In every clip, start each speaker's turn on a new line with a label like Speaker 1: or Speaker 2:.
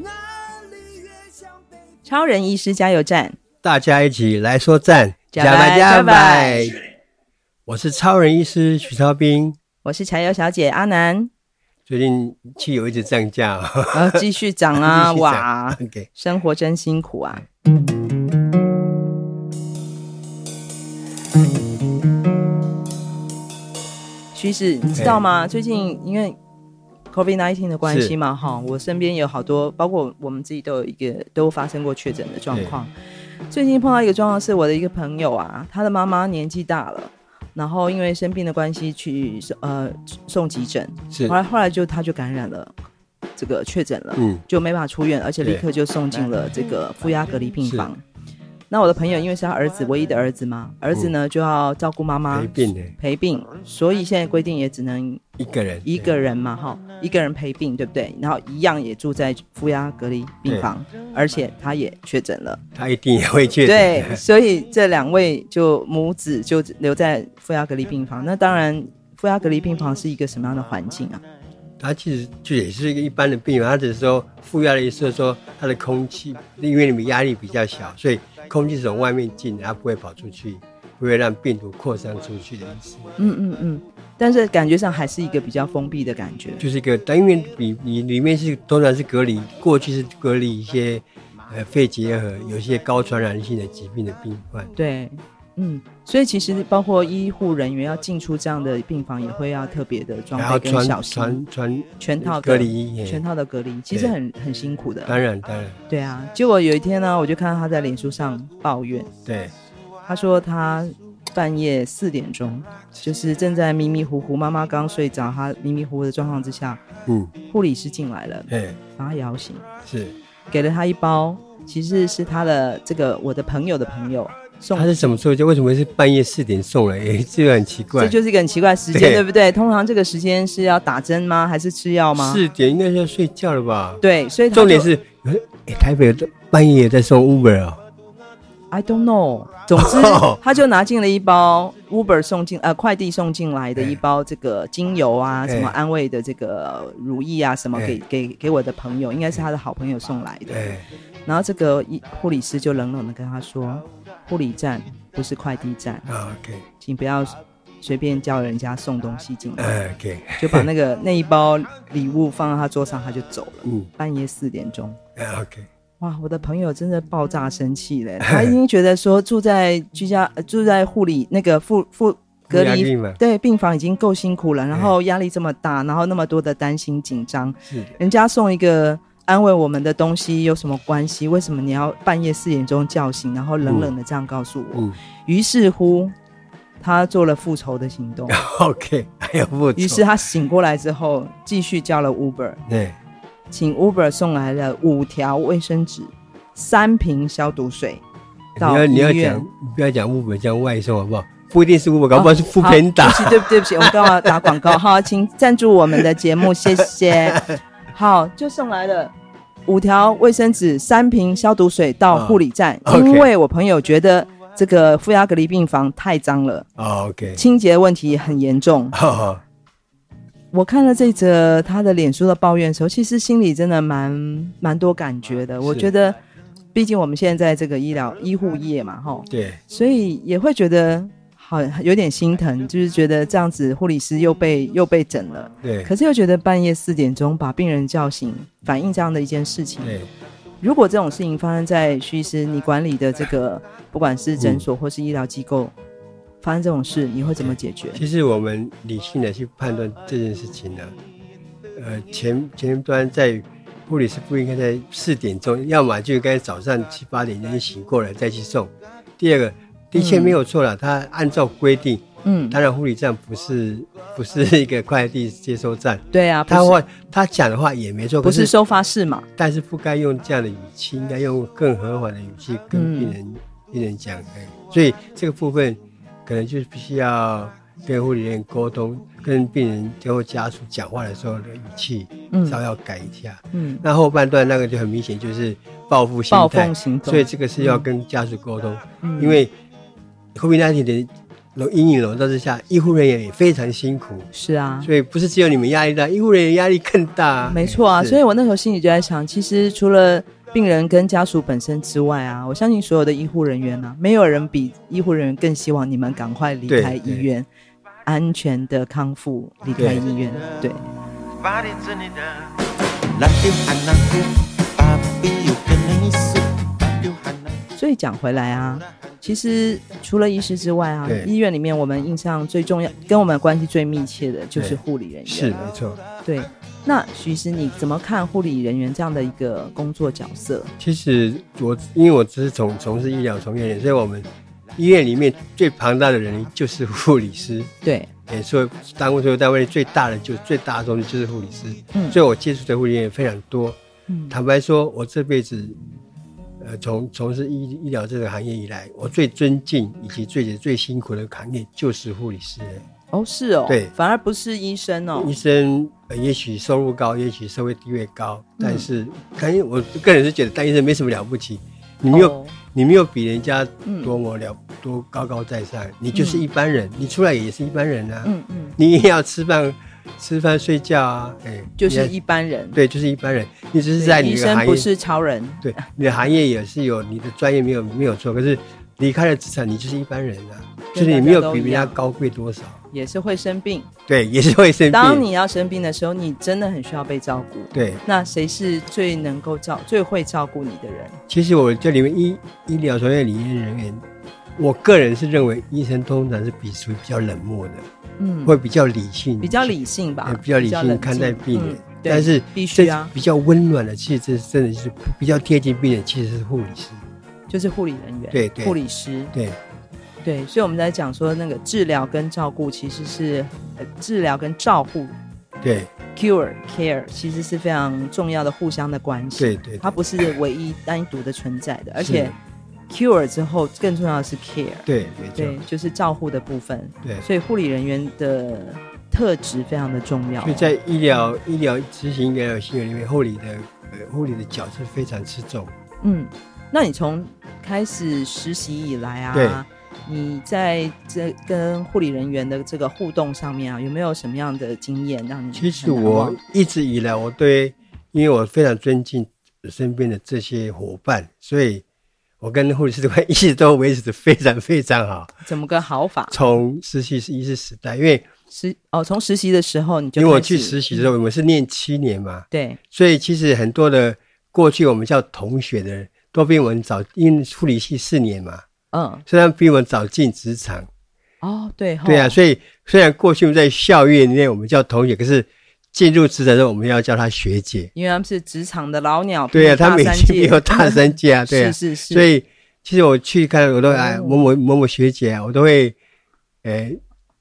Speaker 1: 南里越向北
Speaker 2: 超人医师加油站，
Speaker 3: 大家一起来说赞，
Speaker 2: 加白加白！
Speaker 3: 我是超人医师许超斌，
Speaker 2: 我是柴油小姐阿南，
Speaker 3: 最近汽油一直涨价、哦，
Speaker 2: 然后继续涨啊
Speaker 3: 继续涨
Speaker 2: 哇，
Speaker 3: OK，
Speaker 2: 生活真辛苦啊！徐子，你知道吗？最近因为 COVID 1 9的关系嘛，哈，我身边有好多，包括我们自己都有一个都发生过确诊的状况。最近碰到一个状况是，我的一个朋友啊，他的妈妈年纪大了，然后因为生病的关系去呃送急诊，
Speaker 3: 是
Speaker 2: 后，来后来就他就感染了这个确诊了，
Speaker 3: 嗯，
Speaker 2: 就没办法出院，而且立刻就送进了这个负压隔离病房。那我的朋友因为是他儿子唯一的儿子嘛，儿子呢就要照顾妈妈
Speaker 3: 没病的，
Speaker 2: 嗯陪病，所以现在规定也只能
Speaker 3: 一个人，
Speaker 2: 一个人嘛，哈，一个人陪病，对不对？然后一样也住在负压隔离病房，而且他也确诊了，
Speaker 3: 他一定也会确诊，
Speaker 2: 对，所以这两位就母子就留在负压隔离病房。那当然，负压隔离病房是一个什么样的环境啊？
Speaker 3: 他其实就也是一个一般的病人，他只是说负压的意思是说他的空气，因为你们压力比较小，所以空气是从外面进的，它不会跑出去，不会让病毒扩散出去的意思。
Speaker 2: 嗯嗯嗯，但是感觉上还是一个比较封闭的感觉。
Speaker 3: 就是一个，但因为你你里面是通常是隔离，过去是隔离一些呃肺结核，有一些高传染性的疾病的病患，
Speaker 2: 对，嗯，所以其实包括医护人员要进出这样的病房，也会要特别的
Speaker 3: 然后
Speaker 2: 装备跟小
Speaker 3: 穿
Speaker 2: 心，
Speaker 3: 穿穿
Speaker 2: 全套的
Speaker 3: 隔离衣，嘿
Speaker 2: 全套的隔离，其实
Speaker 3: 对
Speaker 2: 很很辛苦的。
Speaker 3: 当然当然
Speaker 2: 对啊，结果有一天呢，我就看到他在脸书上抱怨，
Speaker 3: 对，
Speaker 2: 他说他半夜四点钟，就是正在迷迷糊糊，妈妈刚睡着，他迷迷糊糊的状况之下，
Speaker 3: 嗯，
Speaker 2: 护理师进来了，
Speaker 3: 哎
Speaker 2: 把他摇醒，
Speaker 3: 是，
Speaker 2: 给了他一包，其实是他的这个我的朋友的朋友送
Speaker 3: 他是什么时候就为什么是半夜四点送来？哎、这个很奇怪
Speaker 2: 这，就是一个很奇怪的时间，
Speaker 3: 对
Speaker 2: 对不对？通常这个时间是要打针吗？还是吃药吗？，
Speaker 3: 四点应该是要睡觉了吧？
Speaker 2: 对，所以他就
Speaker 3: 重点是，哎、台北的半夜也在送 Uber 哦，
Speaker 2: I don't know。总 之，他就拿进了一包 Uber 送进呃快递送进来的一包这个精油啊，
Speaker 3: 哎
Speaker 2: 什么安慰的这个乳液啊，什么
Speaker 3: 哎
Speaker 2: 给给给我的朋友，应该是他的好朋友送来的
Speaker 3: 哎、。
Speaker 2: 然后这个医护理师就冷冷的跟他说：“护理站不是快递站，
Speaker 3: 啊 OK
Speaker 2: 请不要随便叫人家送东西进来。”
Speaker 3: 哎 OK，
Speaker 2: 就把那 个那一包礼物放到他桌上，他就走了。
Speaker 3: 嗯
Speaker 2: 半夜四点钟，
Speaker 3: 哎 OK，
Speaker 2: 哇，我的朋友真的爆炸生气 嘞！他已经觉得说住在居家、呃住在护理那个护护隔
Speaker 3: 压
Speaker 2: 离
Speaker 3: 力嘛，
Speaker 2: 对病房已经够辛苦了，然
Speaker 3: 哎
Speaker 2: 后压力这么大，然后那么多的担心紧张，
Speaker 3: 是的，
Speaker 2: 人家送一个安慰我们的东西有什么关系？为什么你要半夜四点钟叫醒，然后冷冷的这样告诉我？
Speaker 3: 嗯
Speaker 2: 于是乎，他做了复仇的行 动。
Speaker 3: OK，还有复仇，
Speaker 2: 于是他醒过来之后，继续叫了 Uber，
Speaker 3: 对
Speaker 2: 请 Uber 送来了五条卫生纸、三瓶消毒水。
Speaker 3: 哎你
Speaker 2: 到
Speaker 3: 要你要
Speaker 2: 医
Speaker 3: 讲
Speaker 2: 院，哦
Speaker 3: 你不要讲物本，讲外送好不好？不一定是物本，搞不好是副片打
Speaker 2: 好。哦对不起，对不起，我刚好打广告哈，请赞助我们的节目，谢 谢。好，就送来了五条卫生纸、三瓶消毒水到护理站，
Speaker 3: 嗯，OK
Speaker 2: 因为我朋友觉得这个负压隔离病房太脏了，
Speaker 3: 哦 OK，
Speaker 2: 清洁问题很严重。
Speaker 3: 哦
Speaker 2: 我看了这则他的脸书的抱怨的时候，其实心里真的蛮蛮多感觉
Speaker 3: 啊
Speaker 2: 的。我觉得，毕竟我们现在在这个医疗医护业嘛，哈，
Speaker 3: 对，
Speaker 2: 所以也会觉得好有点心
Speaker 3: 哎
Speaker 2: 疼，就是觉得这样子护理师又被又被整了，
Speaker 3: 对，
Speaker 2: 可是又觉得半夜四点钟把病人叫醒，反映这样的一件事情，
Speaker 3: 对，
Speaker 2: 如果这种事情发生在徐医师你管理的这个，不管是
Speaker 3: 嗯
Speaker 2: 诊所或是医疗机构，发生这种事，你会怎么解决？
Speaker 3: 其实我们理性的去判断这件事情呢，呃，前前端在于护理是不应该在四点钟，要么就应该早上七八点钟就醒过来再去送。第二个，的确没有错了，他按照规定，
Speaker 2: 嗯，
Speaker 3: 当然护理站不是不是一个快递接收站，
Speaker 2: 对啊，
Speaker 3: 他
Speaker 2: 不是
Speaker 3: 话他讲的话也没错，
Speaker 2: 不
Speaker 3: 可
Speaker 2: 是收发室嘛？
Speaker 3: 但是不该用这样的语气，应该用更和缓的语气跟
Speaker 2: 嗯
Speaker 3: 病人、病人讲。哎所以这个部分可能就是必须要跟护理人员沟通，跟病人跟后家属讲话的时候的语气
Speaker 2: 嗯
Speaker 3: 稍微要改一下。
Speaker 2: 嗯，
Speaker 3: 那后半段那个就很明显就是报复心
Speaker 2: 暴
Speaker 3: 态
Speaker 2: 风，行动，
Speaker 3: 所以这个是要跟家属沟通，
Speaker 2: 嗯
Speaker 3: 因为后面那一点的阴影笼罩之下，医护人员也非常辛苦，
Speaker 2: 是啊，
Speaker 3: 所以不是只有你们压力大，医护人员压力更大啊、
Speaker 2: 没错啊，
Speaker 3: 是
Speaker 2: 所以我那时候心里就在想，其实除了病人跟家属本身之外啊，我相信所有的医护人员呢、没有人比医护人员更希望你们赶快离
Speaker 3: 对
Speaker 2: 开医
Speaker 3: 对
Speaker 2: 院，安全的康复离开
Speaker 3: 对
Speaker 2: 医院。对，所以讲回来啊，其实除了医师之外啊
Speaker 3: 对，
Speaker 2: 医院里面我们印象最重要、跟我们关系最密切的就是
Speaker 3: 对
Speaker 2: 护理人员。
Speaker 3: 是没错。
Speaker 2: 对。那徐医师，你怎么看护理人员这样的一个工作角色？
Speaker 3: 其实我因为我只是从从事医疗从业的，所以我们医院里面最庞大的人力就是护理师，
Speaker 2: 对，
Speaker 3: 也所以单位所有单位最大的就最大的东西就是护理师，
Speaker 2: 嗯
Speaker 3: 所以我接触的护理人也非常多。
Speaker 2: 嗯，
Speaker 3: 坦白说，我这辈子呃从从事医医疗这个行业以来，我最尊敬以及最最辛苦的行业就是护理师了。
Speaker 2: 哦，是哦，
Speaker 3: 对
Speaker 2: 反而不是医生哦
Speaker 3: 医，生、呃、也许收入高，也许社会地位高，
Speaker 2: 嗯
Speaker 3: 但是当然我个人是觉得当医生没什么了不起，你没有、
Speaker 2: 哦
Speaker 3: 你没有比人家
Speaker 2: 嗯
Speaker 3: 多么了、多高高在上，你就是一般人，你出来也是一般人啊，
Speaker 2: 嗯嗯，
Speaker 3: 你也要吃饭、吃饭、睡觉啊，哎、
Speaker 2: 就是
Speaker 3: 你
Speaker 2: 一般人，
Speaker 3: 对，就是一般人，你只是
Speaker 2: 对
Speaker 3: 在你
Speaker 2: 医
Speaker 3: 的
Speaker 2: 生
Speaker 3: 行
Speaker 2: 不
Speaker 3: 业，
Speaker 2: 是超人，
Speaker 3: 对，你的行业也是有你的专业没有没有错，可是离开了职场，你就是一般人啊，就
Speaker 2: 跟
Speaker 3: 是你
Speaker 2: 大
Speaker 3: 没
Speaker 2: 家
Speaker 3: 有
Speaker 2: 都
Speaker 3: 比
Speaker 2: 一
Speaker 3: 人家
Speaker 2: 样
Speaker 3: 高贵多少，
Speaker 2: 也是会生病。
Speaker 3: 对，也是会生
Speaker 2: 当
Speaker 3: 病，
Speaker 2: 你要生病的时候，你真的很需要被照顾。
Speaker 3: 对。
Speaker 2: 那谁是最能够照、最会照顾你的人？
Speaker 3: 其实我这里面医医疗从业里面人员，我个人是认为医生通常是比属于比较冷漠的，
Speaker 2: 嗯，
Speaker 3: 会比较理性，
Speaker 2: 比较理性吧
Speaker 3: 呃，比较理
Speaker 2: 冷
Speaker 3: 性看待病人，
Speaker 2: 嗯对
Speaker 3: 但是
Speaker 2: 必须
Speaker 3: 这
Speaker 2: 啊，
Speaker 3: 比较温暖的，其实这真的是比较贴近病人，其实是护理师，
Speaker 2: 就是护理人员，
Speaker 3: 对对
Speaker 2: 护理师，
Speaker 3: 对
Speaker 2: 对，所以我们在讲说那个治疗跟照顾其实是、呃、治疗跟照护
Speaker 3: 对
Speaker 2: cure care 其实是非常重要的互相的关系。
Speaker 3: 对对，
Speaker 2: 它不是唯一单独的存在的，而且 cure 之后更重要的是 care，
Speaker 3: 对没
Speaker 2: 对
Speaker 3: 错，，
Speaker 2: 就是照护的部分。
Speaker 3: 啊对。
Speaker 2: 所以护理人员的特质非常的重要
Speaker 3: 所以。在医疗医疗执行医疗行为里面，护理的呃护理的角色非常吃重。
Speaker 2: 嗯，那你从开始实习以来
Speaker 3: 对
Speaker 2: 啊，你在这跟护理人员的这个互动上面啊，有没有什么样的经验让你
Speaker 3: 其实
Speaker 2: 很难
Speaker 3: 我
Speaker 2: 忘
Speaker 3: 一直以来，我对，因为我非常尊敬身边的这些伙伴，所以我跟护理师的关系一 直都维持的非常非常好。
Speaker 2: 怎么个好法？
Speaker 3: 从实习是医师时代，因为
Speaker 2: 实哦，从实习的时候你就
Speaker 3: 因为我
Speaker 2: 开始
Speaker 3: 去实习的
Speaker 2: 嗯
Speaker 3: 时候，我们是念七年嘛，
Speaker 2: 对
Speaker 3: 所以其实很多的过去我们叫同学的人，都比我们早，因为护理系四年嘛，
Speaker 2: 嗯
Speaker 3: 虽然比我们早进职场，
Speaker 2: 哦对吼
Speaker 3: 对啊，所以虽然过去在校园里面我们叫同学，可是进入职场的时候，我们要叫他学姐。
Speaker 2: 因为他们是职场的老鸟，
Speaker 3: 对啊，
Speaker 2: 比你大
Speaker 3: 他们已
Speaker 2: 三
Speaker 3: 经
Speaker 2: 届
Speaker 3: 没有 大三届啊，对啊，
Speaker 2: 是是是，
Speaker 3: 所以其实我去看，我都哎
Speaker 2: 哦
Speaker 3: 某某某某学姐啊，我都会，哎，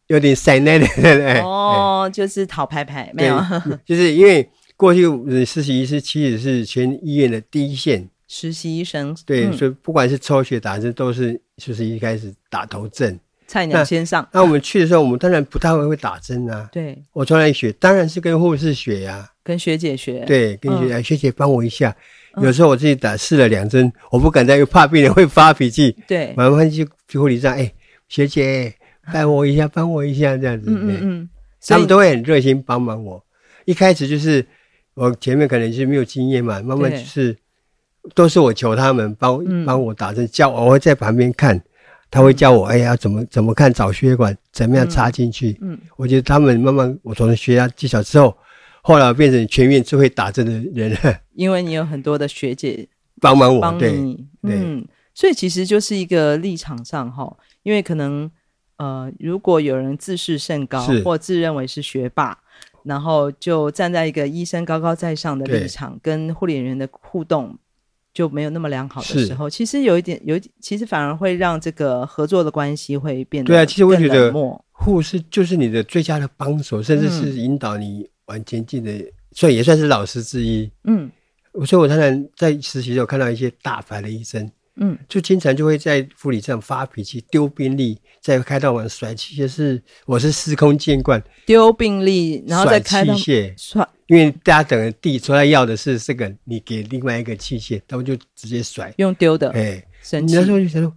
Speaker 3: 有点塞奶的， 哎，
Speaker 2: 哦，就是讨牌牌没
Speaker 3: 对嗯
Speaker 2: 有，
Speaker 3: 就是因为过去呃实习医师其实是全医院的第一线，
Speaker 2: 实习医生
Speaker 3: 对，
Speaker 2: 嗯
Speaker 3: 所以不管是抽血打针都是就是一开始打头阵。
Speaker 2: 菜鸟先上，
Speaker 3: 那我们去的时候，我们当然不太会会打针啊，
Speaker 2: 对，
Speaker 3: 我从来学，当然是跟护士学呀、
Speaker 2: 跟学姐学，
Speaker 3: 对，跟
Speaker 2: 嗯
Speaker 3: 学、哎学姐帮我一下。有时候我自己打试了两针，我不敢再，又怕病人会发脾气，
Speaker 2: 对，
Speaker 3: 麻烦去去护理站，哎，学姐帮我一下，帮我一下这样子。
Speaker 2: 嗯
Speaker 3: 对
Speaker 2: 嗯嗯，所
Speaker 3: 他
Speaker 2: 以
Speaker 3: 们都会很热心帮忙我。一开始就是我前面可能是没有经验嘛，慢慢
Speaker 2: 对
Speaker 3: 就是都是我求他们帮
Speaker 2: 嗯
Speaker 3: 帮我打针，教我我会在旁边看，他会教我哎呀怎么怎么看找血管，怎么样插进去。
Speaker 2: 嗯，
Speaker 3: 我觉得他们慢慢我从学他技巧之后，后来我变成全面最会打针的人了，
Speaker 2: 因为你有很多的学姐
Speaker 3: 帮忙我。
Speaker 2: 帮
Speaker 3: 对
Speaker 2: 你，
Speaker 3: 对
Speaker 2: 嗯，所以其实就是一个立场上哈，因为可能呃，如果有人自视甚高
Speaker 3: 是
Speaker 2: 或自认为是学霸，然后就站在一个医生高高在上的立
Speaker 3: 对
Speaker 2: 场跟护理人员的互动，就没有那么良好的时候，其实有一点，有一其实反而会让这个合作的关系会变得
Speaker 3: 对啊，其实我觉
Speaker 2: 更
Speaker 3: 得
Speaker 2: 冷漠
Speaker 3: 护士就是你的最佳的帮手，甚至
Speaker 2: 嗯
Speaker 3: 是引导你往前进的，所以也算是老师之一。
Speaker 2: 嗯
Speaker 3: 所以我常常在实习的时候看到一些大牌的医生，
Speaker 2: 嗯，
Speaker 3: 就经常就会在护理站发脾气、丢病历，在开刀房甩器械，是我是司空见惯，
Speaker 2: 丢病例，然后再开
Speaker 3: 甩器
Speaker 2: 到
Speaker 3: 械，
Speaker 2: 算
Speaker 3: 因为大家等地出来要的是这个，你给另外一个器械，他们就直接甩。
Speaker 2: 用丢的，
Speaker 3: 哎，
Speaker 2: 呃生
Speaker 3: 你
Speaker 2: 气
Speaker 3: 那时候就想说，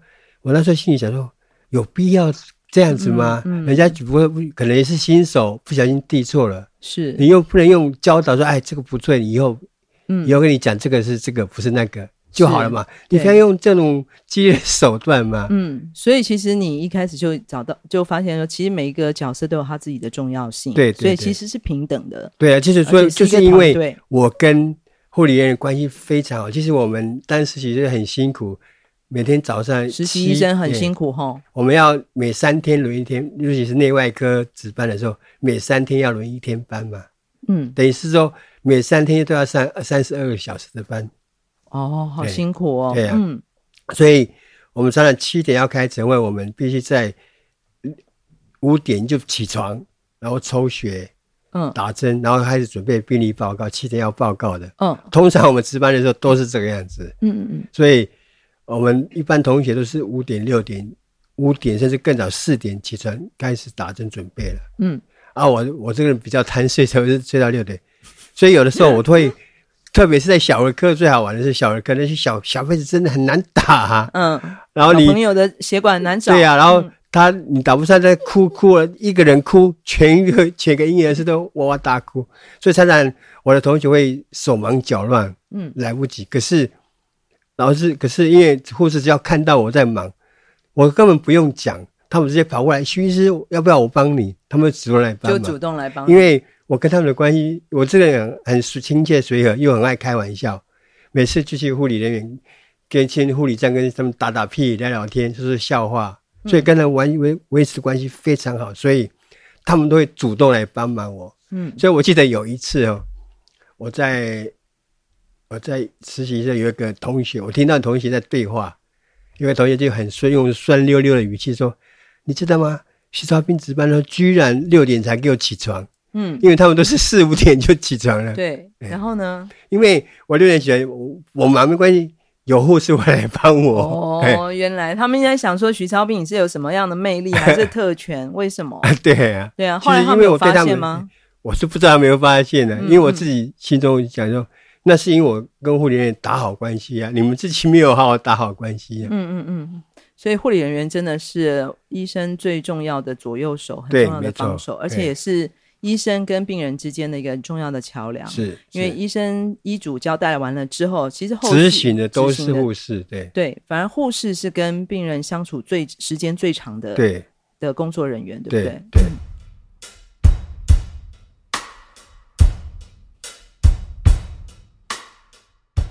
Speaker 3: 我那时候心里想说，有必要这样子吗？
Speaker 2: 嗯嗯
Speaker 3: 人家只不过不可能也是新手，不小心地错了，你
Speaker 2: 是
Speaker 3: 又不能用教导说，哎，这个不对，以后
Speaker 2: 嗯
Speaker 3: 以后跟你讲这个是这个，不是那个就好了嘛。你
Speaker 2: 对
Speaker 3: 不要用这种激烈手段嘛。
Speaker 2: 嗯，所以其实你一开始就找到，就发现说，其实每一个角色都有他自己的重要性，
Speaker 3: 对对
Speaker 2: 所以
Speaker 3: 对
Speaker 2: 其实是平等的，
Speaker 3: 对啊，其实所
Speaker 2: 而
Speaker 3: 以
Speaker 2: 且是一个
Speaker 3: 就是因为
Speaker 2: 团队
Speaker 3: 我跟护理人员关系非常好。其实我们当实习生很辛苦，每天早上
Speaker 2: 实习医生很辛
Speaker 3: 苦，
Speaker 2: 苦吼，
Speaker 3: 我们要每三天轮一天，尤其是内外科值班的时候，每三天要轮一天班嘛，
Speaker 2: 嗯，
Speaker 3: 等于是说每三天都要上三十二个小时的班，
Speaker 2: 哦，好
Speaker 3: 对
Speaker 2: 辛苦哦，
Speaker 3: 对啊
Speaker 2: 嗯
Speaker 3: 所以我们早上七点要开晨会，我们必须在五点就起床，然后抽血、
Speaker 2: 嗯
Speaker 3: 打针，然后开始准备病例报告，七点要报告的。
Speaker 2: 嗯
Speaker 3: 通常我们值班的时候都是这个样子，
Speaker 2: 嗯嗯嗯，
Speaker 3: 所以我们一般同学都是五点、六点、五点甚至更早四点起床开始打针准备了。
Speaker 2: 嗯，
Speaker 3: 啊，我我这个人比较贪睡，所以我是睡到六点，所以有的时候我都会，特别是在小儿科最好玩的是小儿科那些小小孩子真的很难打、啊，
Speaker 2: 嗯，
Speaker 3: 然后
Speaker 2: 小
Speaker 3: 你
Speaker 2: 朋友的血管难找，
Speaker 3: 对呀、然后
Speaker 2: 嗯
Speaker 3: 他你打不上，他哭哭了，一个人哭，全个全个婴儿室都哇哇大哭，所以常常我的同学会手忙脚乱，
Speaker 2: 嗯
Speaker 3: 来不及。可是老师，可是因为护士只要看到我在忙，我根本不用讲，他们直接跑过来，徐医师要不要我帮你？他们主动来帮
Speaker 2: 就
Speaker 3: 忙，
Speaker 2: 主动来帮你，
Speaker 3: 因为我跟他们的关系，我这个人很亲切随和，又很爱开玩笑。每次去去护理人员跟去护理站跟他们打打屁、聊聊天，就是笑话，
Speaker 2: 嗯
Speaker 3: 所以跟他玩维维持关系非常好，所以他们都会主动来帮忙我。
Speaker 2: 嗯
Speaker 3: 所以我记得有一次哦，我在我在实习生有一个同学，我听到同学在对话，有个同学就很酸，用酸溜溜的语气说：“你知道吗？徐超斌值班的时候居然六点才给我起床，
Speaker 2: 嗯
Speaker 3: 因为他们都是四五点就起床了。
Speaker 2: 对，然后呢，
Speaker 3: 因为我六点起来，我我忙没关系，有护士会来帮 我。哎嘿
Speaker 2: 哦，原来他们应该想说徐超斌你是有什么样的魅 力还是特权？为什么？
Speaker 3: 啊，对啊，
Speaker 2: 对啊，
Speaker 3: 其
Speaker 2: 后来
Speaker 3: 实
Speaker 2: 他们
Speaker 3: 因为
Speaker 2: 有
Speaker 3: 我对
Speaker 2: 发
Speaker 3: 他
Speaker 2: 现
Speaker 3: 们
Speaker 2: 吗？
Speaker 3: 我是不知道有没有发现的，
Speaker 2: 嗯
Speaker 3: 因为我自己心中想说，那是因为我跟护理人员打好关系啊，你们自己没有好好打好关系啊。
Speaker 2: 嗯嗯嗯，所以护理人员真的是医生最重要的左右手，很重
Speaker 3: 对
Speaker 2: 要的
Speaker 3: 没错
Speaker 2: 帮手，而且
Speaker 3: 对
Speaker 2: 也是医生跟病人之间的一个很重要的桥梁。
Speaker 3: 是，
Speaker 2: 嗯因为
Speaker 3: 是
Speaker 2: 医生医嘱交代完了之后，其实后
Speaker 3: 执
Speaker 2: 续
Speaker 3: 行的都
Speaker 2: 执行
Speaker 3: 是护士，对
Speaker 2: 对，反而护士是跟病人相处最时间最长的
Speaker 3: 对
Speaker 2: 的工作人员，对不
Speaker 3: 对
Speaker 2: 对？
Speaker 3: 对。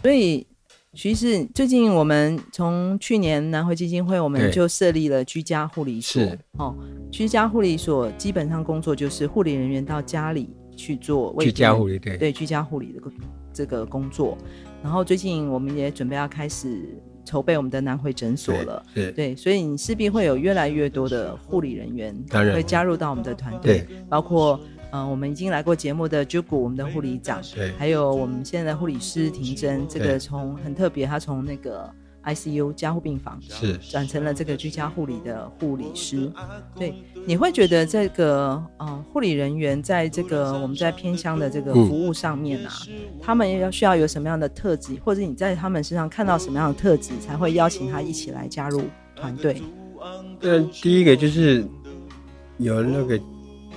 Speaker 2: 所以，徐是最近我们从去年南回基金会，我们
Speaker 3: 对
Speaker 2: 就设立了居家护理所
Speaker 3: 是。
Speaker 2: 哦，居家护理所基本上工作就是护理人员到家里去做为
Speaker 3: 居家
Speaker 2: 病
Speaker 3: 护理，对
Speaker 2: 对居家护理的工这个工作。然后最近我们也准备要开始筹备我们的南回诊所了。，
Speaker 3: 对是，
Speaker 2: 对，所以你势必会有越来越多的护理人员
Speaker 3: 当然
Speaker 2: 会加入到我们的团队，包括呃，我们已经来过节目的 j u g 我们的护理长，
Speaker 3: 对
Speaker 2: 还有我们现在的护理师婷珍，这个
Speaker 3: 对
Speaker 2: 从很特别，他从那个 ICU 加护病房
Speaker 3: 是
Speaker 2: 转成了这个居家护理的护理师。对，你会觉得这个呃护理人员在这个我们在偏乡的这个
Speaker 3: 嗯
Speaker 2: 服务上面啊，他们要需要有什么样的特质，或者你在他们身上看到什么样的特质，才会邀请他一起来加入团队？
Speaker 3: 那第一个就是有那个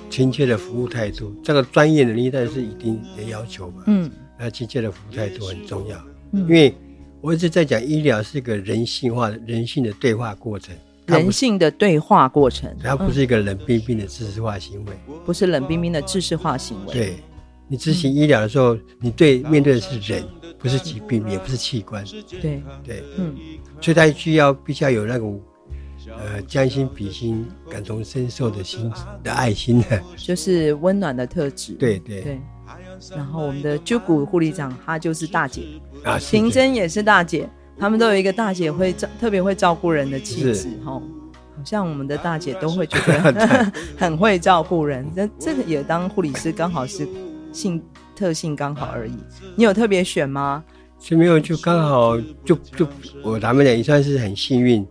Speaker 3: 亲切的服务态度，这个专业能力但是一定的要求嘛。
Speaker 2: 嗯
Speaker 3: 那亲切的服务态度很重要，
Speaker 2: 嗯
Speaker 3: 因为我一直在讲医疗是一个人性化的、人性的对话过程，它不
Speaker 2: 人
Speaker 3: 是
Speaker 2: 性的对话过程，
Speaker 3: 它不
Speaker 2: 嗯
Speaker 3: 是一个冷冰冰的知识化行为。
Speaker 2: 不是冷冰冰的制式化行为。
Speaker 3: 对，你执行医疗的时候，你对面对的是人，不是疾病，也不是器官。
Speaker 2: 对，
Speaker 3: 对，
Speaker 2: 嗯
Speaker 3: 所以他需要必须要有那种呃将心比心、感同身受的心的爱心的。
Speaker 2: 就是温暖的特质。
Speaker 3: 对对
Speaker 2: 对，然后我们的啾谷护理长她就是大姐，
Speaker 3: 啊，是
Speaker 2: 平
Speaker 3: 这样
Speaker 2: 真也是大姐，他们都有一个大姐会照特别会照顾人的气质
Speaker 3: 是
Speaker 2: 哦。好像我们的大姐都会觉 得 很会照顾人，那这个也当护理师刚好是性特性刚好而已。你有特别选吗？
Speaker 3: 是没有，就刚好就就我他们俩也算是很幸运，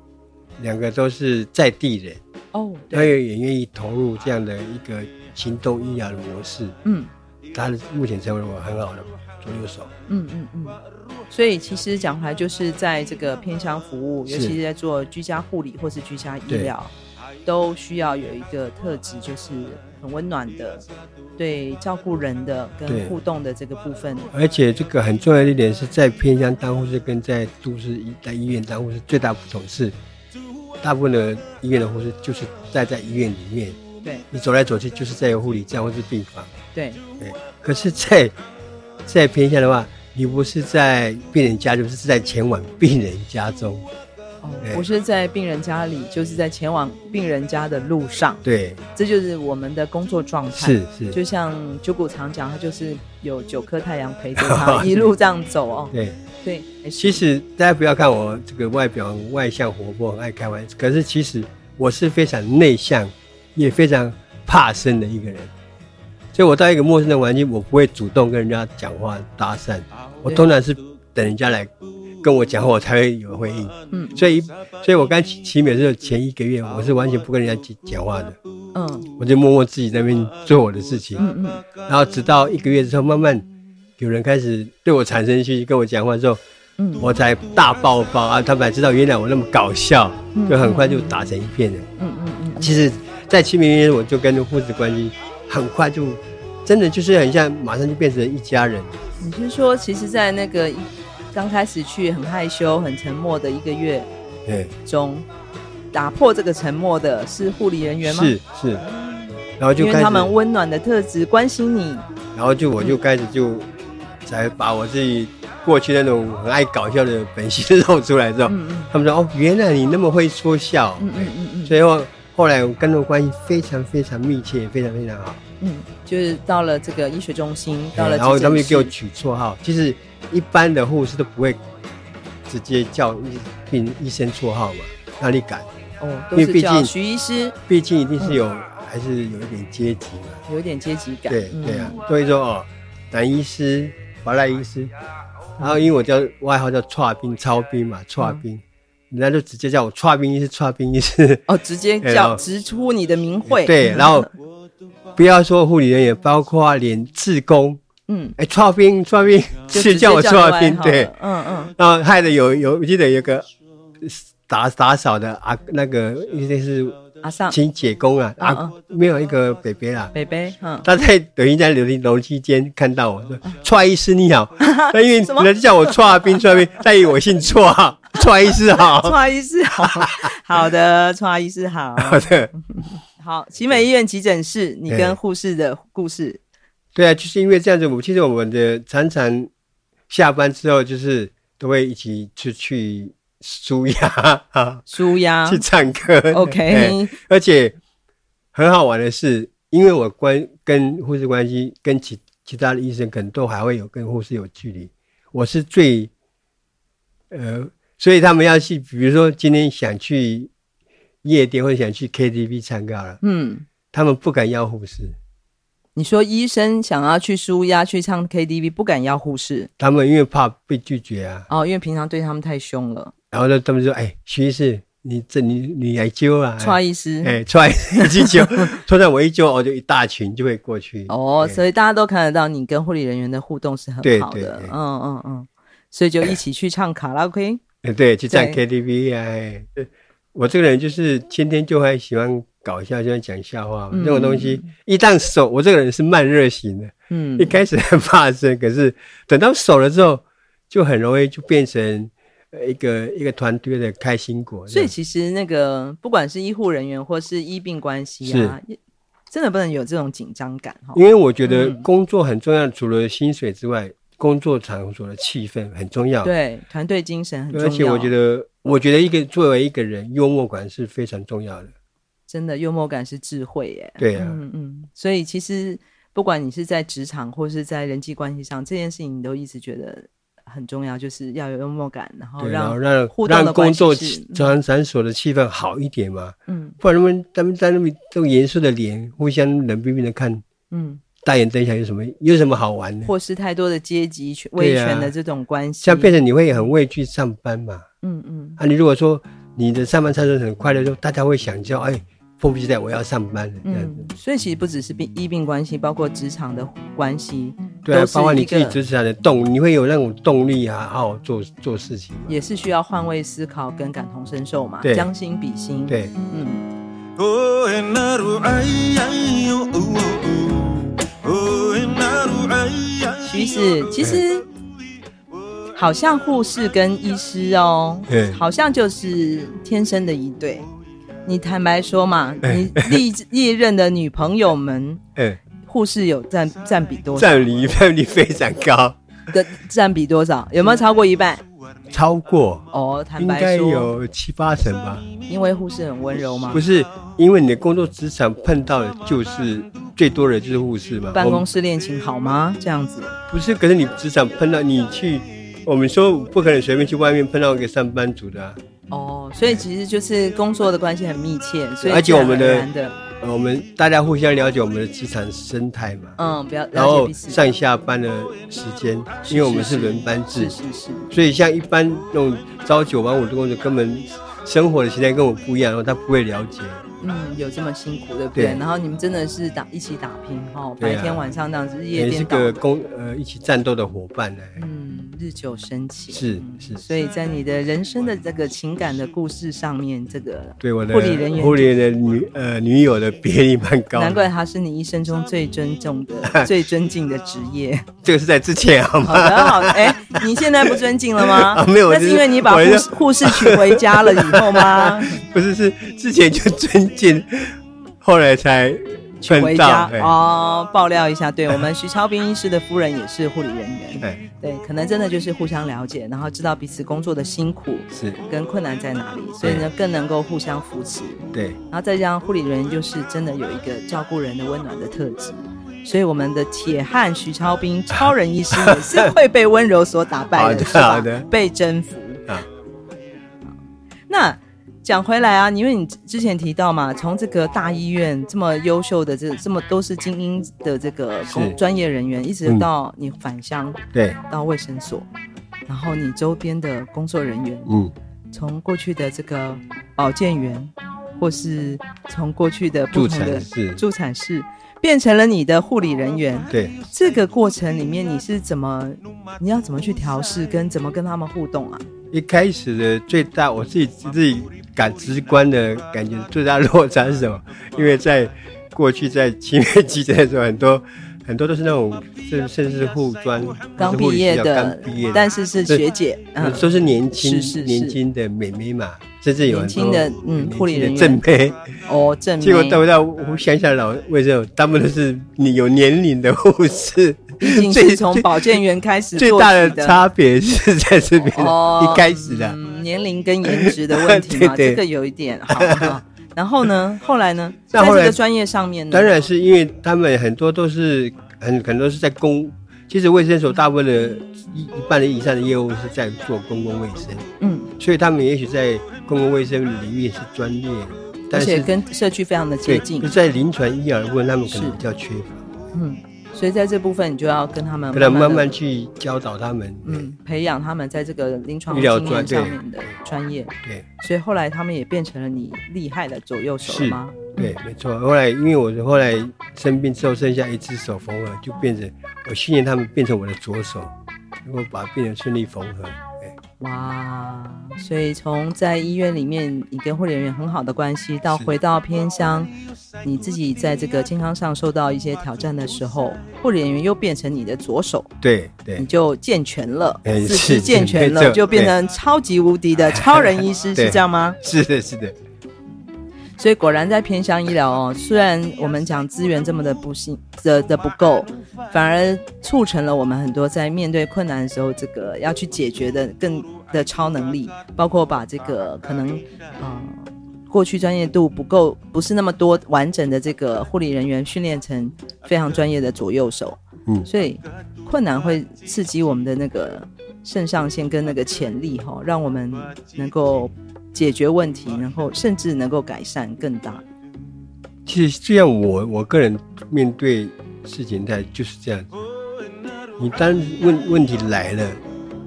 Speaker 3: 两个都是在地人，
Speaker 2: 哦，
Speaker 3: 他
Speaker 2: 对，
Speaker 3: 也也愿意投入这样的一个行动医疗的模式，
Speaker 2: 嗯
Speaker 3: 他目前成为我很好的左右手。
Speaker 2: 嗯嗯嗯。所以其实讲回来，就是在这个偏乡服务，尤
Speaker 3: 是
Speaker 2: 其是在做居家护理或是居家医
Speaker 3: 对
Speaker 2: 疗，都需要有一个特质，就是很温暖的，对照顾人的跟
Speaker 3: 对
Speaker 2: 互动的这个部分。
Speaker 3: 而且这个很重要的一点是在偏乡当护士跟在都市医在医院当护士最大不同是，大部分的医院的护士就是待在医院里面，
Speaker 2: 对
Speaker 3: 你走来走去就是在有护理站或是病房。
Speaker 2: 对，
Speaker 3: 对，可是在，在 偏乡的话，你不是在病人家，就是在前往病人家中。
Speaker 2: 哦，
Speaker 3: 对
Speaker 2: 不是在病人家里，就是在前往病人家的路上，
Speaker 3: 对，
Speaker 2: 这就是我们的工作状态。
Speaker 3: 是是，
Speaker 2: 就像九谷常讲，他就是有九颗太阳陪着他 一路这样走哦。
Speaker 3: 对。
Speaker 2: 对，哎
Speaker 3: 其实大家不要看我这个外表很外向活泼，很爱开玩笑，可是其实我是非常内向，也非常怕生的一个人。所以我到一个陌生的环境，我不会主动跟人家讲话搭讪，我
Speaker 2: 对
Speaker 3: 通常是等人家来跟我讲话，我才会有回应。
Speaker 2: 嗯
Speaker 3: 所以，所以我刚起起美的时候前一个月，我是完全不跟人家讲讲话的，
Speaker 2: 嗯
Speaker 3: 我就默默自己在那边做我的事情。
Speaker 2: 嗯嗯，
Speaker 3: 然后直到一个月之后，慢慢有人开始对我产生兴趣，跟我讲话之后，
Speaker 2: 嗯
Speaker 3: 我才大爆发啊！他们才知道原来我那么搞笑，就很快就打成一片了。
Speaker 2: 嗯嗯嗯，
Speaker 3: 其实，在清明年我就跟护士关系很快就真的就是很像，马上就变成一家人。
Speaker 2: 你是说，其实，在那个一刚开始去很害羞、很沉默的一个月
Speaker 3: 对，
Speaker 2: 中，打破这个沉默的是护理人员吗？
Speaker 3: 是是，然后就
Speaker 2: 因为
Speaker 3: 开始
Speaker 2: 他，们温暖的特质关心你。
Speaker 3: 然后就我就开始就才把我自己过去那种很爱搞笑的本性露出来之后，
Speaker 2: 嗯嗯
Speaker 3: 他们说：“哦，原来你那么会说笑。”
Speaker 2: 嗯嗯嗯嗯
Speaker 3: 所以后后来我跟他们关系非常非常密切，非常非常好。
Speaker 2: 嗯，就是到了这个医学中心，到了
Speaker 3: 哎然后
Speaker 2: 急诊
Speaker 3: 他们就给我
Speaker 2: 室
Speaker 3: 取绰号，其实一般的护士都不会直接叫医病医生绰号嘛，哪里敢？
Speaker 2: 哦，
Speaker 3: 因
Speaker 2: 都
Speaker 3: 为
Speaker 2: 是
Speaker 3: 毕
Speaker 2: 叫
Speaker 3: 竟
Speaker 2: 徐医师，
Speaker 3: 毕竟一定是有、还是有一点阶级嘛。
Speaker 2: 有点阶级感。
Speaker 3: 对
Speaker 2: 嗯
Speaker 3: 对啊，，所以说哦，男医师、华莱医师，然后因为我叫外号叫叉兵、超兵嘛，叉兵，人家就直接叫我叉兵医师、叉兵医师。
Speaker 2: 哦，直接
Speaker 3: 对哎然
Speaker 2: 叫
Speaker 3: 后
Speaker 2: 直出你的名讳。嗯
Speaker 3: 对，然后不要说护理人员，包括连志工，
Speaker 2: 嗯，
Speaker 3: 哎，叉兵、叉兵，
Speaker 2: 就是
Speaker 3: 叫我
Speaker 2: 直接
Speaker 3: 叉
Speaker 2: 你外，
Speaker 3: 兵
Speaker 2: 号
Speaker 3: 对
Speaker 2: 了。嗯嗯，
Speaker 3: 然后害得有有，我记得有个打打扫的啊，那个应该是
Speaker 2: 阿尚
Speaker 3: 清洁工啊，
Speaker 2: 嗯
Speaker 3: 啊，没有一个北北啦。
Speaker 2: 北北，嗯，
Speaker 3: 他在抖音在楼梯楼梯间看到我说：“蔡医师你好。” 他因为
Speaker 2: 什么
Speaker 3: 人家叫我啊蔡斌，蔡斌，他以为我姓啊蔡，蔡医师 好。
Speaker 2: 蔡医师好， 好的，蔡医师好，
Speaker 3: 对
Speaker 2: 好，奇美医院急诊室，你跟
Speaker 3: 对
Speaker 2: 护士的故事，
Speaker 3: 对啊，就是因为这样子，我其实我们的常常下班之后就是都会一起出去舒压 啊，
Speaker 2: 舒压
Speaker 3: 去唱歌。哎
Speaker 2: OK，
Speaker 3: 而且很好玩的是，因为我关跟护士关系跟其其他的医生可能都还会有跟护士有距离，我是最呃，所以他们要去，比如说今天想去夜店或者想去 KTV 唱歌好了，
Speaker 2: 嗯，
Speaker 3: 他们不敢要护士，
Speaker 2: 你说医生想要去舒压去唱 KTV，不敢要护士
Speaker 3: 他们因为怕被拒绝啊，
Speaker 2: 哦，因为平常对他们太凶了。
Speaker 3: 然后呢，他们就说：“哎，徐医师，你这你你来揪啊。”
Speaker 2: 蔡医师，
Speaker 3: 哎，踹一 去揪，突然我一揪，我就一大群就会过去。
Speaker 2: 哦，
Speaker 3: 哎
Speaker 2: 所以大家都看得到你跟护理人员的互动是很
Speaker 3: 对
Speaker 2: 好
Speaker 3: 对
Speaker 2: 的
Speaker 3: 对，
Speaker 2: 嗯嗯嗯，所以就一起去唱卡拉 OK，
Speaker 3: 哎，对，去唱
Speaker 2: 对
Speaker 3: KTV 啊。哎对我这个人就是天天就会喜欢搞笑，喜欢讲笑话、
Speaker 2: 嗯
Speaker 3: 这种东西。一旦熟，我这个人是慢热型的，
Speaker 2: 嗯
Speaker 3: 一，开始很怕生，可是等到熟了之后，就很容易就变成呃一个一个团队的开心果。
Speaker 2: 所以
Speaker 3: 这样
Speaker 2: 其实那个不管是医护人员或是医病关系啊，也真的不能有这种紧张感哈。
Speaker 3: 因为我觉得
Speaker 2: 嗯
Speaker 3: 工作很重要，除了薪水之外，工作场所的气氛很重要。
Speaker 2: 对，团队精神很重要。
Speaker 3: 对，
Speaker 2: 啊
Speaker 3: 而且我觉得，我觉得一个作为一个人，幽默感是非常重要的。
Speaker 2: 真的幽默感是智慧耶。
Speaker 3: 对啊
Speaker 2: 嗯嗯，所以其实不管你是在职场或是在人际关系上，这件事情你都一直觉得很重要，就是要有幽默感，然后
Speaker 3: 对，然后
Speaker 2: 哦让
Speaker 3: 让
Speaker 2: 互动
Speaker 3: 让
Speaker 2: 的
Speaker 3: 工
Speaker 2: 关系
Speaker 3: 作
Speaker 2: 是
Speaker 3: 场场所的气氛好一点嘛，
Speaker 2: 嗯
Speaker 3: 不然他们他们在那边都严肃的脸，互相冷冰冰的看，
Speaker 2: 嗯，
Speaker 3: 大眼瞪小有什么有什么好玩的？
Speaker 2: 或是太多的阶级权威
Speaker 3: 对啊
Speaker 2: 权的这种关系，
Speaker 3: 这样变成你会很畏惧上班嘛？
Speaker 2: 嗯嗯
Speaker 3: 啊，你如果说你的上班上是很快乐，就大家会想叫哎，迫不及待我要上班了这样子。
Speaker 2: 嗯，所以其实不只是病医病关系，包括职场的关系，
Speaker 3: 对啊
Speaker 2: 都，是
Speaker 3: 包括你
Speaker 2: 一
Speaker 3: 自己
Speaker 2: 个
Speaker 3: 职场的动，你会有那种动力啊，好好做做事情嘛。
Speaker 2: 也是需要换位思考跟感同身受嘛，
Speaker 3: 对
Speaker 2: 将心比心，，
Speaker 3: 对，
Speaker 2: 嗯。
Speaker 1: Oh, enaru, ay, ay, oh, oh, oh. Oh, enaru, ay, ay,
Speaker 2: 其实，其实好像护士跟医师哦
Speaker 3: 嗯，
Speaker 2: 好像就是天生的一对。你坦白说嘛，你 历历任的女朋友们，
Speaker 3: 嗯，
Speaker 2: 护士有占占比多少？
Speaker 3: 占比占比非常高，
Speaker 2: 的占比多少？有没有超过一半？
Speaker 3: 超过
Speaker 2: 哦，坦
Speaker 3: 应
Speaker 2: 白
Speaker 3: 该
Speaker 2: 说，
Speaker 3: 有七八成吧。
Speaker 2: 因为护士很温柔嘛
Speaker 3: 不，是，因为你的工作职场碰到的就是最多的就是护士嘛。
Speaker 2: 办
Speaker 3: 我
Speaker 2: 公
Speaker 3: 们
Speaker 2: 室恋情好吗？这样子，
Speaker 3: 不是，可是你职场碰到你去，我们说不可能随便去外面碰到一个上班族的、啊。
Speaker 2: 哦，所以其实就是工作的关系很密切，所以
Speaker 3: 而且我们的
Speaker 2: 自然而然的，
Speaker 3: 呃我们大家互相了解我们的职场生态嘛，
Speaker 2: 嗯，不要
Speaker 3: 然
Speaker 2: 了解
Speaker 3: 后
Speaker 2: 彼此，
Speaker 3: 上下班的时间，因为我们是轮班制
Speaker 2: 是，是是，
Speaker 3: 所以像一般那种朝九晚五的工作，根本生活的形态跟我不一样，然后他不会了解。
Speaker 2: 嗯，有这么辛苦，对不对？
Speaker 3: 对
Speaker 2: 然后你们真的是打一起打拼哦，
Speaker 3: 对
Speaker 2: 白
Speaker 3: 啊
Speaker 2: 天晚上这样子日夜
Speaker 3: 也是
Speaker 2: 颠倒，
Speaker 3: 个工呃一起战斗的伙伴呢、
Speaker 2: 嗯，日久生情。
Speaker 3: 是
Speaker 2: 嗯
Speaker 3: 是
Speaker 2: 所以在你的人生的这个情感的故事上面，这个
Speaker 3: 对我的
Speaker 2: 护理人员
Speaker 3: 护理人的女呃女友的比例蛮高的，
Speaker 2: 难怪他是你一生中最尊重 的、最尊敬的职业。
Speaker 3: 这个是在之前好
Speaker 2: 好
Speaker 3: 吗？
Speaker 2: 的，好的，哎，你现在不尊敬了吗？
Speaker 3: 啊没有
Speaker 2: 那是因为你把
Speaker 3: 我
Speaker 2: 护
Speaker 3: 就
Speaker 2: 士护士娶回家了以后 吗？
Speaker 3: 不是，是之前就尊敬，后来才
Speaker 2: 娶回
Speaker 3: 分
Speaker 2: 家
Speaker 3: 到。哎
Speaker 2: 哦，爆料一下，对我们徐超斌医师的夫人也是护理人员，
Speaker 3: 哎，
Speaker 2: 对，可能真的就是互相了解，然后知道彼此工作的辛苦
Speaker 3: 是
Speaker 2: 跟困难在哪里，所以呢更能够互相扶持。
Speaker 3: 对，
Speaker 2: 然后再加上护理人员就是真的有一个照顾人的温暖的特质，所以我们的铁汉徐超斌超人医师也是会被温柔所打 败
Speaker 3: 好
Speaker 2: 的，
Speaker 3: 的
Speaker 2: 是吧
Speaker 3: 好的
Speaker 2: 被征服。
Speaker 3: 啊
Speaker 2: 那讲回来啊，因为你之前提到嘛，从这个大医院这么优秀的这这么都是精英的这个工
Speaker 3: 是
Speaker 2: 专业人员，一直
Speaker 3: 嗯
Speaker 2: 到你返乡
Speaker 3: 对，
Speaker 2: 到卫生所，然后你周边的工作人员，
Speaker 3: 嗯，
Speaker 2: 从过去的这个保健员，或是从过去的不
Speaker 3: 助
Speaker 2: 同
Speaker 3: 产
Speaker 2: 的
Speaker 3: 士，
Speaker 2: 助产士，变成了你的护理人员。
Speaker 3: 对，
Speaker 2: 这个过程里面，你是怎么，你要怎么去调试，跟怎么跟他们互动啊？
Speaker 3: 一开始的最大，我自己自己感直观的感觉最大落差是什么？ 因为在过去在清月急诊的时候，很多很多都是那种甚甚至是护专
Speaker 2: 刚
Speaker 3: 或是护
Speaker 2: 毕
Speaker 3: 理
Speaker 2: 业
Speaker 3: 学校
Speaker 2: 的
Speaker 3: 刚毕业，
Speaker 2: 但是是
Speaker 3: 对
Speaker 2: 学姐，嗯，
Speaker 3: 都是年轻
Speaker 2: 是是是
Speaker 3: 年轻的美眉嘛，甚至有很多
Speaker 2: 年轻的嗯
Speaker 3: 年轻的
Speaker 2: 护理人员
Speaker 3: 正妹，
Speaker 2: 哦，正妹
Speaker 3: 结果到回到乡下老卫生，他们都是你有年龄的护士，
Speaker 2: 毕竟是
Speaker 3: 最
Speaker 2: 从
Speaker 3: 最
Speaker 2: 保健员开始
Speaker 3: 最
Speaker 2: 做
Speaker 3: 大
Speaker 2: 起
Speaker 3: 的差别是在这边的、
Speaker 2: 哦，
Speaker 3: 一开始的。
Speaker 2: 嗯年龄跟颜值的问题嘛，
Speaker 3: 对对
Speaker 2: 这个有一点好。好然后 呢，后来呢，在
Speaker 3: 那后来
Speaker 2: 这个专业上面呢，
Speaker 3: 当然是因为他们很多都是很很多是在公，其实卫生所大部分的一一半的以上的业务是在做公共卫生，
Speaker 2: 嗯，
Speaker 3: 所以他们也许在公共卫生领域是专业，
Speaker 2: 而
Speaker 3: 但
Speaker 2: 且
Speaker 3: 是
Speaker 2: 跟社区非常的接
Speaker 3: 对
Speaker 2: 近
Speaker 3: 就，在临床医疗的部分，他们可
Speaker 2: 是
Speaker 3: 能比较缺乏，
Speaker 2: 嗯，所以在这部分你就要跟他们
Speaker 3: 可能慢
Speaker 2: 慢
Speaker 3: 慢
Speaker 2: 地
Speaker 3: 去教导他们。
Speaker 2: 嗯培养他们在这个临床
Speaker 3: 医疗
Speaker 2: 经验
Speaker 3: 专
Speaker 2: 上面的专业，
Speaker 3: 对
Speaker 2: 所以后来他们也变成了你厉害的左右手了
Speaker 3: 是
Speaker 2: 吗？
Speaker 3: 对，对，没错。后来因为我后来生病之后剩下一只手缝合，就变成我训练他们变成我的左手，能够把病人顺利缝合。哎对
Speaker 2: 哇，所以从在医院里面你跟护理人员很好的关系，到
Speaker 3: 是
Speaker 2: 回到偏乡，你自己在这个健康上受到一些挑战的时候，护理人员又变成你的左手，
Speaker 3: 对对
Speaker 2: 你就健全了，
Speaker 3: 哎
Speaker 2: 四
Speaker 3: 是
Speaker 2: 肢健全
Speaker 3: 没
Speaker 2: 了，
Speaker 3: 错
Speaker 2: 就变成超级无敌的超人医师，
Speaker 3: 对
Speaker 2: 是这样吗？
Speaker 3: 是的，是的，
Speaker 2: 所以果然在偏乡医疗哦，虽然我们讲资源这么的不幸的的不够，反而促成了我们很多在面对困难的时候，这个要去解决的更的超能力，包括把这个可能呃过去专业度不够，不是那么多完整的这个护理人员训练成非常专业的左右手，
Speaker 3: 嗯
Speaker 2: 所以困难会刺激我们的那个肾上腺跟那个潜力哈、让我们能够解决问题，然后甚至能够改善更大。
Speaker 3: 其实就像我我个人面对事情态就是这样子，你当问问题来了，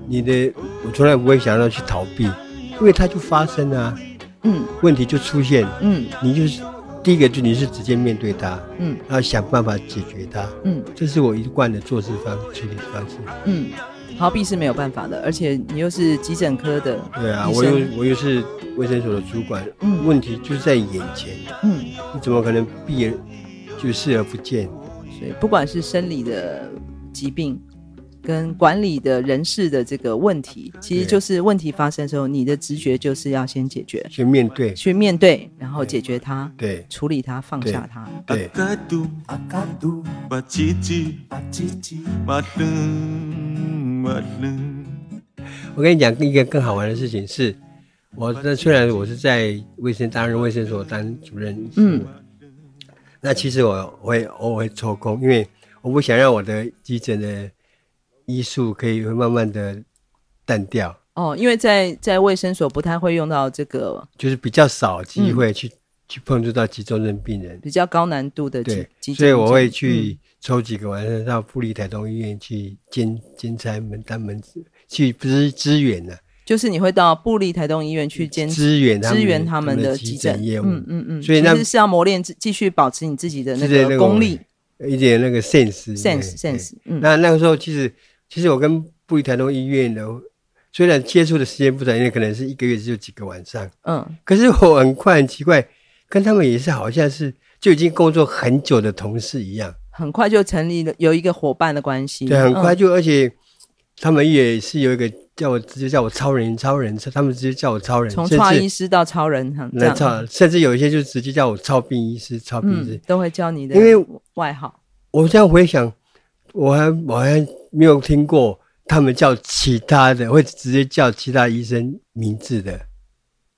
Speaker 3: 你的我从来不会想要去逃避，因为它就发生啊，
Speaker 2: 嗯
Speaker 3: 问题就出现，
Speaker 2: 嗯
Speaker 3: 你就是第一个就你是直接面对它，
Speaker 2: 嗯
Speaker 3: 然后想办法解决它，
Speaker 2: 嗯
Speaker 3: 这是我一贯的做事方处理方式。
Speaker 2: 嗯，逃避是没有办法的，而且你又是急诊科的
Speaker 3: 对啊，
Speaker 2: 医
Speaker 3: 我
Speaker 2: 生
Speaker 3: 又我又是卫生所的主管，
Speaker 2: 嗯
Speaker 3: 问题就是在眼前，
Speaker 2: 嗯，
Speaker 3: 你怎么可能避而就视而不见？
Speaker 2: 所以不管是生理的疾病，跟管理的人事的这个问题，其实
Speaker 3: 对
Speaker 2: 就是问题发生的时候，你的直觉就是要先解决，
Speaker 3: 去面对，
Speaker 2: 去面对，然后解决它，
Speaker 3: 对
Speaker 2: 处理它，放
Speaker 3: 对
Speaker 2: 下它。
Speaker 3: 对。
Speaker 1: 嘎嘟啊嘎嘟
Speaker 4: 巴唧唧，
Speaker 1: 啊叽叽，
Speaker 4: 巴楞巴楞。
Speaker 3: 我跟你讲一个更好玩的事情是，我那虽然我是在卫生担任卫生所当主任，
Speaker 2: 嗯，
Speaker 3: 那其实我会偶尔会抽空，因为我不想让我的急诊的医术可以会慢慢的淡掉，
Speaker 2: 哦，因为在在卫生所不太会用到这个
Speaker 3: 就是比较少
Speaker 2: 嗯
Speaker 3: 机会去、去碰触到急重症病人，
Speaker 2: 比较高难度的急
Speaker 3: 对，
Speaker 2: 急诊
Speaker 3: 所以我会
Speaker 2: 嗯
Speaker 3: 去抽几个晚上到富丽台东医院去兼兼差门当门去不是支援呢、
Speaker 2: 就是你会到布利台东医院去监
Speaker 3: 嗯支援他们
Speaker 2: 支援他们
Speaker 3: 的
Speaker 2: 的
Speaker 3: 急
Speaker 2: 诊
Speaker 3: 诊业务，
Speaker 2: 嗯嗯嗯，
Speaker 3: 所以那
Speaker 2: 其实是要磨练自继续保持你自己的那
Speaker 3: 是
Speaker 2: 个功力。
Speaker 3: 一点那个 sense
Speaker 2: sense
Speaker 3: 对对
Speaker 2: sense，嗯，
Speaker 3: 那那个时候，其实其实我跟布里台东医院的，虽然接触的时间不长，因为可能是一个月只有几个晚上，
Speaker 2: 嗯
Speaker 3: 可是我很快很奇怪，跟他们也是好像是就已经工作很久的同事一样，
Speaker 2: 很快就成立了有一个伙伴的关系，
Speaker 3: 对，很快
Speaker 2: 嗯
Speaker 3: 就，而且他们也是有一个叫我直接叫我超人超人，他们直接叫我超人，
Speaker 2: 从
Speaker 3: 甚
Speaker 2: 创医
Speaker 3: 至
Speaker 2: 师到超人，很这
Speaker 3: 那
Speaker 2: 样，
Speaker 3: 超，甚至有一些就直接叫我超病医师、超病医师，
Speaker 2: 嗯，都会叫你的，
Speaker 3: 因为
Speaker 2: 外号
Speaker 3: 我这样回想，我还我还没有听过他们叫其他的，会直接叫其他医生名字的，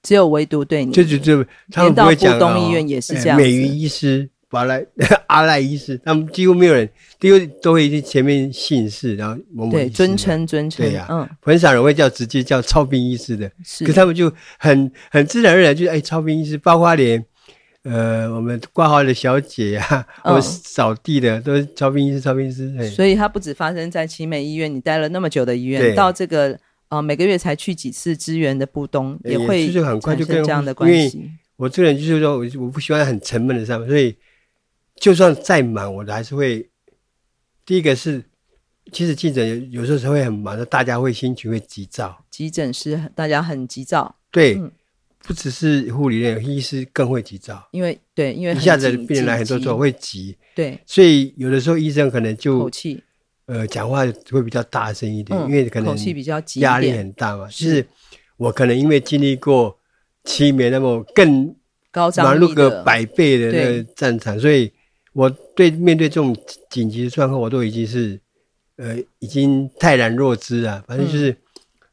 Speaker 2: 只有唯独对你，
Speaker 3: 就就就他们不会讲、
Speaker 2: 连
Speaker 3: 哦。
Speaker 2: 到浦东医院也是这样子
Speaker 3: 哎美云医师、巴莱、 阿赖医师，他们几乎没有人，几乎都会去前面姓氏，然后某某医
Speaker 2: 对
Speaker 3: 师
Speaker 2: 尊。称尊称
Speaker 3: 对呀、，
Speaker 2: 嗯，
Speaker 3: 很少人会叫直接叫超斌医师的，
Speaker 2: 是
Speaker 3: 可他们就很很自然而然就哎，超斌医师，包括连呃我们挂号的小姐啊，
Speaker 2: 嗯
Speaker 3: 我扫地的都是超斌医师，超斌医师，哎
Speaker 2: 所以它不止发生在奇美医院，你待了那么久的医院，
Speaker 3: 对
Speaker 2: 到这个呃每个月才去几次支援的布东，
Speaker 3: 也
Speaker 2: 会
Speaker 3: 就是很快就
Speaker 2: 产生
Speaker 3: 跟
Speaker 2: 这样的
Speaker 3: 因
Speaker 2: 关
Speaker 3: 为
Speaker 2: 系，
Speaker 3: 我这个人就是说，我我不喜欢很沉闷的上班，所以就算再忙，我还是会。第一个是，其实记者有有时候是会很忙的，大家会心情会急躁，
Speaker 2: 急诊室很大家很急躁，
Speaker 3: 对，
Speaker 2: 嗯
Speaker 3: 不只是护理人员，医师更会急躁，
Speaker 2: 因为对，因为
Speaker 3: 一
Speaker 2: 很
Speaker 3: 下子
Speaker 2: 紧
Speaker 3: 病人来很多
Speaker 2: 紧
Speaker 3: 时候
Speaker 2: 急
Speaker 3: 会急，
Speaker 2: 对
Speaker 3: 所以有的时候医生可能
Speaker 2: 口
Speaker 3: 就
Speaker 2: 气，
Speaker 3: 呃讲话会比较大声一点，
Speaker 2: 嗯
Speaker 3: 因为可能
Speaker 2: 口气比较急一
Speaker 3: 压力
Speaker 2: 点
Speaker 3: 很大嘛。就是是我可能因为经历过七年，那么更
Speaker 2: 高张
Speaker 3: 忙
Speaker 2: 力的
Speaker 3: 碌个百倍的那
Speaker 2: 对
Speaker 3: 个战场，所以我对面对这种紧急的状况，我都已经是呃已经泰然若之啊。反正
Speaker 2: 嗯
Speaker 3: 就是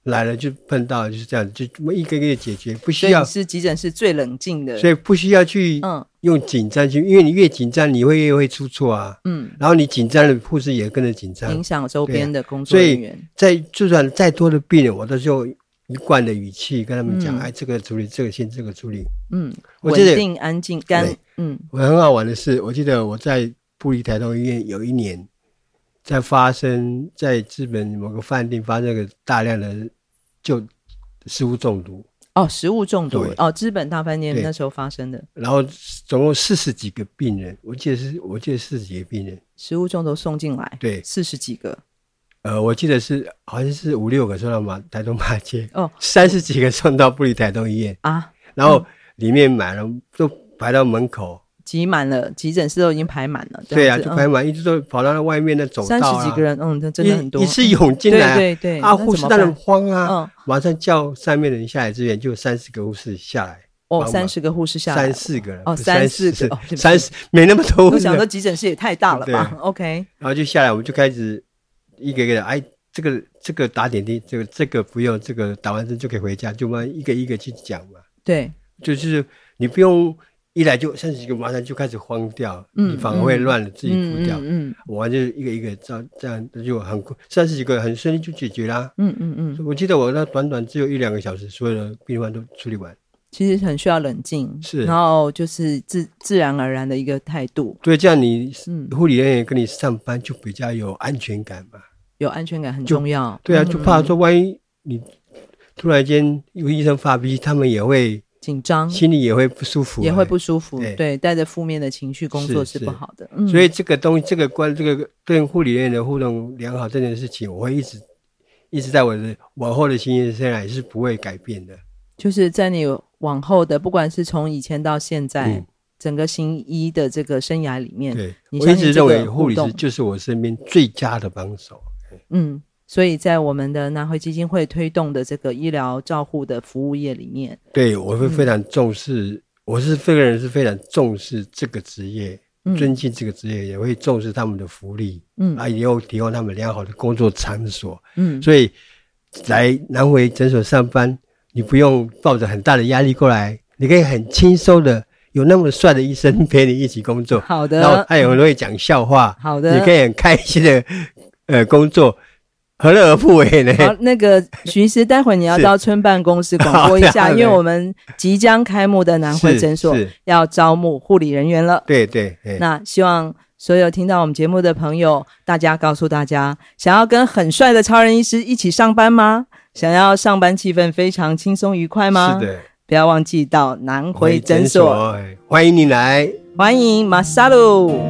Speaker 3: 来了就碰到了就是这样，就一个一个解决，不
Speaker 2: 所
Speaker 3: 需
Speaker 2: 以你
Speaker 3: 要，
Speaker 2: 是急诊室最冷静的，
Speaker 3: 所以不需要去
Speaker 2: 嗯
Speaker 3: 用紧张去，因为你越紧张，你会越会出错啊。
Speaker 2: 嗯，
Speaker 3: 然后你紧张了，护士也跟着紧张
Speaker 2: 影，响周边的工作
Speaker 3: 所
Speaker 2: 人
Speaker 3: 以
Speaker 2: 员，
Speaker 3: 在就算再多的病人，我都是用一贯的语气跟他们讲，
Speaker 2: 嗯
Speaker 3: 哎，这个处理，这个先，这个处理。
Speaker 2: 嗯，
Speaker 3: 我
Speaker 2: 稳
Speaker 3: 记得
Speaker 2: 定安静干
Speaker 3: 对，
Speaker 2: 嗯
Speaker 3: 我很好玩的是，我记得我在布里台东医院有一年，在发生在日本某个饭店发生个大量的就食物中毒，
Speaker 2: 哦，食物中毒
Speaker 3: 对
Speaker 2: 哦，资本大饭店
Speaker 3: 对
Speaker 2: 那时候发生的
Speaker 3: 然后总共四十几个病人，我记得是我记得四十几个病人，
Speaker 2: 食物中毒送进来，
Speaker 3: 对
Speaker 2: 四十几个
Speaker 3: 呃，我记得是好像是五六个送到马台东马街，
Speaker 2: 哦
Speaker 3: 三十几个送到布里台东医院，
Speaker 2: 啊，
Speaker 3: 然后里面满了都排到门口，
Speaker 2: 挤满了，急诊室都已经排满了。
Speaker 3: 对啊，
Speaker 2: 呀，
Speaker 3: 就排满，一直都跑到那外面的走
Speaker 2: 嗯
Speaker 3: 道
Speaker 2: 三
Speaker 3: 啊，
Speaker 2: 十几个人，嗯，这真的很多。
Speaker 3: 一一次涌进来啊，
Speaker 2: 对对对
Speaker 3: 啊，
Speaker 2: 那
Speaker 3: 护
Speaker 2: 怎
Speaker 3: 士
Speaker 2: 么
Speaker 3: 当然
Speaker 2: 办
Speaker 3: 慌啊，
Speaker 2: 嗯
Speaker 3: 马上叫上面的人下来支援，就三十个护士下来，
Speaker 2: 哦，
Speaker 3: 帮忙
Speaker 2: 三十个护士下来，
Speaker 3: 三四个人，
Speaker 2: 哦
Speaker 3: 不是
Speaker 2: 三
Speaker 3: 30
Speaker 2: 四个哦对不
Speaker 3: 是
Speaker 2: 起
Speaker 3: 三十没那么多护
Speaker 2: 我
Speaker 3: 士，
Speaker 2: 想说
Speaker 3: 然
Speaker 2: 急诊室也太大了吧
Speaker 3: 对
Speaker 2: ？OK，
Speaker 3: 后就下来，我们就开始一个一个的，哎，这个这个打点滴，这个这个不用，这个打完针就可以回家，就慢慢一个一个去讲嘛，
Speaker 2: 对，
Speaker 3: 就是你不用一来就三十个，马上就开始慌掉，
Speaker 2: 嗯
Speaker 3: 你反而会乱了自己
Speaker 2: 嗯
Speaker 3: 步调。
Speaker 2: 嗯
Speaker 3: 我就是一个一个这样这样就很三十几个很顺利就解决啦。
Speaker 2: 嗯嗯嗯嗯，
Speaker 3: 我记得我那短短只有一两个小时，所有的病患都处理完。
Speaker 2: 其实很需要冷静，
Speaker 3: 是
Speaker 2: 然后就是自自然而然的一个态度，
Speaker 3: 对，这样你
Speaker 2: 嗯
Speaker 3: 护理人员跟你上班就比较有安全感嘛。
Speaker 2: 有安全感很
Speaker 3: 就
Speaker 2: 重要。
Speaker 3: 对啊，
Speaker 2: 嗯
Speaker 3: 就怕说万一你突然间有医生发脾气，他们也会
Speaker 2: 紧张，
Speaker 3: 心里也会不舒服啊，
Speaker 2: 也会不舒服。
Speaker 3: 对
Speaker 2: 对，带着负面的情绪工
Speaker 3: 是
Speaker 2: 作是
Speaker 3: 是
Speaker 2: 不好的。嗯
Speaker 3: 所以这个东这个关这个跟护理人员的互动良好这件事情，我会一直一直在我的往后的经验生涯是不会改变的。
Speaker 2: 就是在你往后的，不管是从以前到现在，
Speaker 3: 嗯
Speaker 2: 整个行医的这个生涯里面，
Speaker 3: 对，
Speaker 2: 你
Speaker 3: 我
Speaker 2: 相
Speaker 3: 一
Speaker 2: 信
Speaker 3: 直
Speaker 2: 这
Speaker 3: 认
Speaker 2: 个
Speaker 3: 为护理
Speaker 2: 互
Speaker 3: 师
Speaker 2: 动
Speaker 3: 就是我身边最佳的帮手。
Speaker 2: 嗯，所以在我们的南回基金会推动的这个医疗照护的服务业里面，
Speaker 3: 对，我
Speaker 2: 嗯
Speaker 3: 会非常重视，我是这个人是非常重视这个职业，
Speaker 2: 嗯
Speaker 3: 尊敬这个职业，也会重视他们的福利，
Speaker 2: 嗯
Speaker 3: 啊，也有提供他们良好的工作场所。
Speaker 2: 嗯，
Speaker 3: 所以来南回诊所上班，你不用抱着很大的压力过来，你可以很轻松的，有那么帅的医生 陪你一起工作，
Speaker 2: 好
Speaker 3: 然后
Speaker 2: 的，
Speaker 3: 他也会讲笑话，
Speaker 2: 好的
Speaker 3: 哎你可以很开心的呃工作，何乐而不为呢？
Speaker 2: 好，那个徐医师，待会你要
Speaker 3: 是
Speaker 2: 到村办公室 广播一
Speaker 3: 好
Speaker 2: 下，
Speaker 3: 的
Speaker 2: 因为我们即将开幕的南汇
Speaker 3: 是
Speaker 2: 诊所
Speaker 3: 是
Speaker 2: 要招募护理人员了。
Speaker 3: 对对，哎
Speaker 2: 那希望所有听到我们节目的朋友，大家告诉大家，想要跟很帅的超人医师一起上班吗？想要上班气氛非常轻松愉快吗？
Speaker 3: 是，的，
Speaker 2: 不要忘记到南回诊所，
Speaker 3: 哎欢迎你来。
Speaker 2: 欢迎马萨鲁。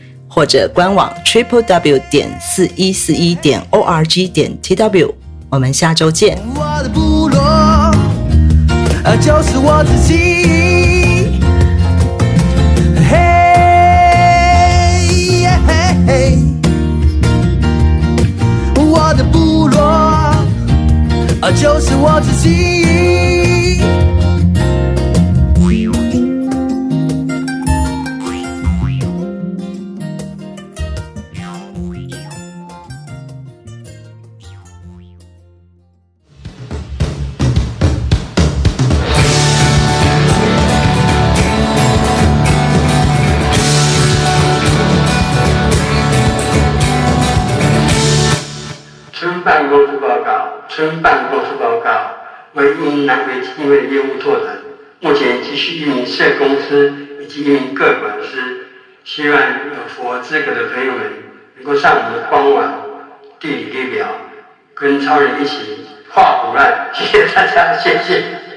Speaker 2: 或者官网 triple w 点四一四一点 o r g 点 t w，我们下周见。
Speaker 1: 我的部落，呃，就是我自己。嘿，耶嘿嘿，我的部落，呃，就是我自己。
Speaker 5: 村办公室报告，村办公室报告为一名南北基金会的业务拓展，目前急需一名社公司以及一名个管师，希望有符合资格的朋友们能够上我们的官网地理列表，跟超人一起画虎烂，谢谢大家，谢谢。